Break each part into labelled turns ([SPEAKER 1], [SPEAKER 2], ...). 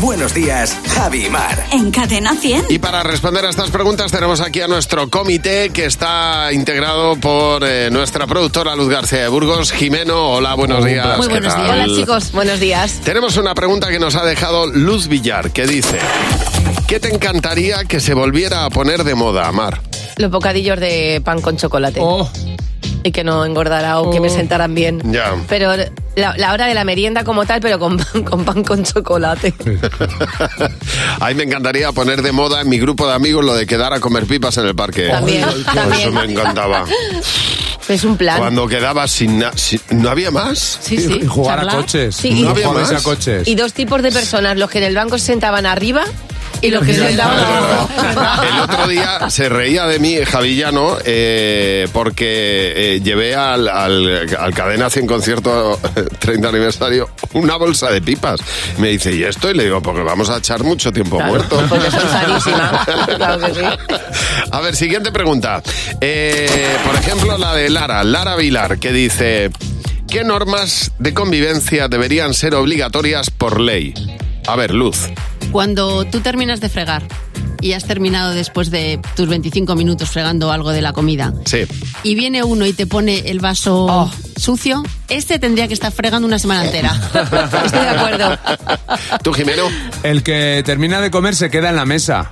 [SPEAKER 1] Buenos días, Javi y Mar.
[SPEAKER 2] En Cadena 100.
[SPEAKER 3] Y para responder a estas preguntas tenemos aquí a nuestro comité que está integrado por eh, nuestra productora Luz García de Burgos. Jimeno, hola, buenos
[SPEAKER 4] Muy
[SPEAKER 3] días.
[SPEAKER 4] buenos
[SPEAKER 3] ¿qué
[SPEAKER 4] días.
[SPEAKER 3] tal?
[SPEAKER 4] Hola chicos, buenos días.
[SPEAKER 3] Tenemos una pregunta que nos ha dejado Luz Villar, que dice, ¿qué te encantaría que se volviera a poner de moda, Mar?
[SPEAKER 4] Los bocadillos de pan con chocolate.
[SPEAKER 5] Oh.
[SPEAKER 4] Y que no engordara o que me sentaran bien.
[SPEAKER 3] Ya.
[SPEAKER 4] Pero la, la hora de la merienda como tal, pero con pan con, pan con chocolate.
[SPEAKER 3] A mí me encantaría poner de moda en mi grupo de amigos lo de quedar a comer pipas en el parque.
[SPEAKER 4] También,
[SPEAKER 3] Eso
[SPEAKER 4] también.
[SPEAKER 3] me encantaba.
[SPEAKER 4] Es un plan.
[SPEAKER 3] Cuando quedaba sin, na- sin- ¿No había más?
[SPEAKER 4] Sí, sí.
[SPEAKER 5] Y jugar a
[SPEAKER 4] Charlar.
[SPEAKER 5] coches.
[SPEAKER 4] Sí,
[SPEAKER 3] No
[SPEAKER 4] y-
[SPEAKER 3] había
[SPEAKER 5] Jugáis
[SPEAKER 3] más.
[SPEAKER 5] a coches.
[SPEAKER 4] Y dos tipos de personas, los que en el banco se sentaban arriba y los que se sentaban abajo.
[SPEAKER 3] El otro día se reía de mí Javillano eh, porque eh, llevé al, al, al Cadena 100 concierto 30 aniversario una bolsa de pipas. Me dice, ¿y esto? Y le digo, porque vamos a echar mucho tiempo muerto.
[SPEAKER 4] Porque son sanísimas. Claro que sí.
[SPEAKER 3] A ver, siguiente pregunta. Eh, por ejemplo, la de Lara, Lara Vilar, que dice, ¿qué normas de convivencia deberían ser obligatorias por ley? A ver, Luz.
[SPEAKER 6] Cuando tú terminas de fregar y has terminado después de tus 25 minutos fregando algo de la comida
[SPEAKER 3] Sí.
[SPEAKER 6] y viene uno y te pone el vaso
[SPEAKER 5] Oh.
[SPEAKER 6] sucio, este tendría que estar fregando una semana entera.
[SPEAKER 4] Estoy de acuerdo.
[SPEAKER 3] ¿Tú, Jimeno?
[SPEAKER 5] El que termina de comer se queda en la mesa.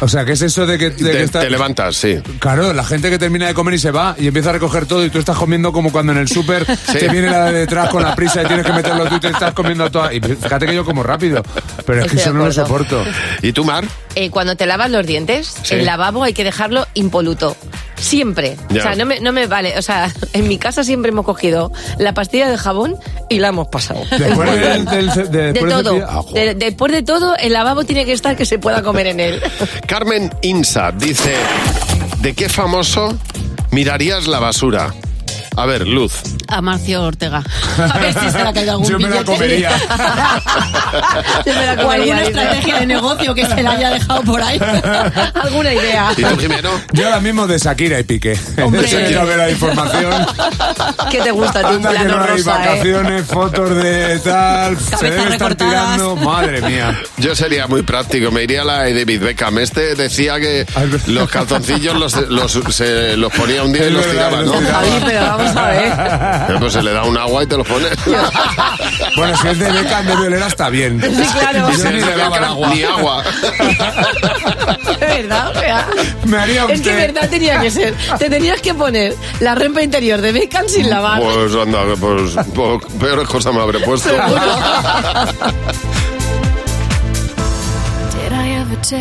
[SPEAKER 5] O sea, ¿qué es eso de que, de que
[SPEAKER 3] Te,
[SPEAKER 5] está-
[SPEAKER 3] te levantas, sí.
[SPEAKER 5] Claro, la gente que termina de comer y se va y empieza a recoger todo y tú estás comiendo como cuando en el súper te viene la de detrás con la prisa y tienes que meterlo tú y te estás comiendo todo. Y fíjate que yo como rápido, pero es
[SPEAKER 4] Estoy
[SPEAKER 5] que
[SPEAKER 4] de
[SPEAKER 5] eso no lo
[SPEAKER 4] acuerdo.
[SPEAKER 5] soporto.
[SPEAKER 3] ¿Y tú, Mar?
[SPEAKER 4] Eh, cuando te lavas los dientes,
[SPEAKER 3] Sí.
[SPEAKER 4] el lavabo hay que dejarlo impoluto. Siempre.
[SPEAKER 3] Ya.
[SPEAKER 4] O sea, no me, no me vale. O sea, en mi casa siempre hemos cogido la pastilla de jabón y la hemos pasado.
[SPEAKER 5] Después del- del- de-
[SPEAKER 4] De
[SPEAKER 5] después
[SPEAKER 4] todo.
[SPEAKER 5] cepillar- Ah, jo.
[SPEAKER 4] De- después de todo, el lavabo tiene que estar que se pueda comer en él.
[SPEAKER 3] Carmen Insa dice, ¿de qué famoso mirarías la basura? A ver, Luz.
[SPEAKER 6] A Marcio Ortega. A ver si se le ha caído algún
[SPEAKER 5] Yo me la
[SPEAKER 6] billete.
[SPEAKER 5] comería.
[SPEAKER 4] Yo me la
[SPEAKER 6] O
[SPEAKER 4] comería,
[SPEAKER 6] alguna
[SPEAKER 4] dice.
[SPEAKER 6] estrategia de negocio que se le haya dejado por ahí.
[SPEAKER 4] Alguna idea.
[SPEAKER 3] ¿Y tú, Jimeno?
[SPEAKER 5] Yo ahora mismo de Shakira y Piqué.
[SPEAKER 6] Hombre.
[SPEAKER 5] Eso quiero ver la información.
[SPEAKER 4] ¿Qué te gusta a ti? Un
[SPEAKER 5] Anda que
[SPEAKER 4] plano
[SPEAKER 5] no hay
[SPEAKER 4] rosa, ¿eh?
[SPEAKER 5] vacaciones, fotos de tal. se debe estar
[SPEAKER 6] recortadas.
[SPEAKER 5] tirando. Madre mía.
[SPEAKER 3] Yo sería muy práctico, me iría a la de David Beckham. Este decía que
[SPEAKER 5] Ay, ver-
[SPEAKER 3] los calzoncillos los, los- se los ponía un día y
[SPEAKER 5] Es
[SPEAKER 3] los
[SPEAKER 5] verdad,
[SPEAKER 3] tiraba,
[SPEAKER 5] los
[SPEAKER 3] ¿no?
[SPEAKER 5] tiraba.
[SPEAKER 4] Javi, pero vamos a ver.
[SPEAKER 3] Eh, Pues se le da un agua y te los pone.
[SPEAKER 5] Bueno, si es de Beckham de violera está bien.
[SPEAKER 4] Sí, claro.
[SPEAKER 5] Yo ni le daba el agua.
[SPEAKER 3] Ni agua.
[SPEAKER 4] De verdad, o sea.
[SPEAKER 5] Me haría un
[SPEAKER 4] Es que
[SPEAKER 5] té.
[SPEAKER 4] de verdad tenía que ser. Te tenías que poner la rempa interior de Beckham sin lavar.
[SPEAKER 3] Pues anda, pues, pues, peores cosas me habré puesto.
[SPEAKER 4] Seguro.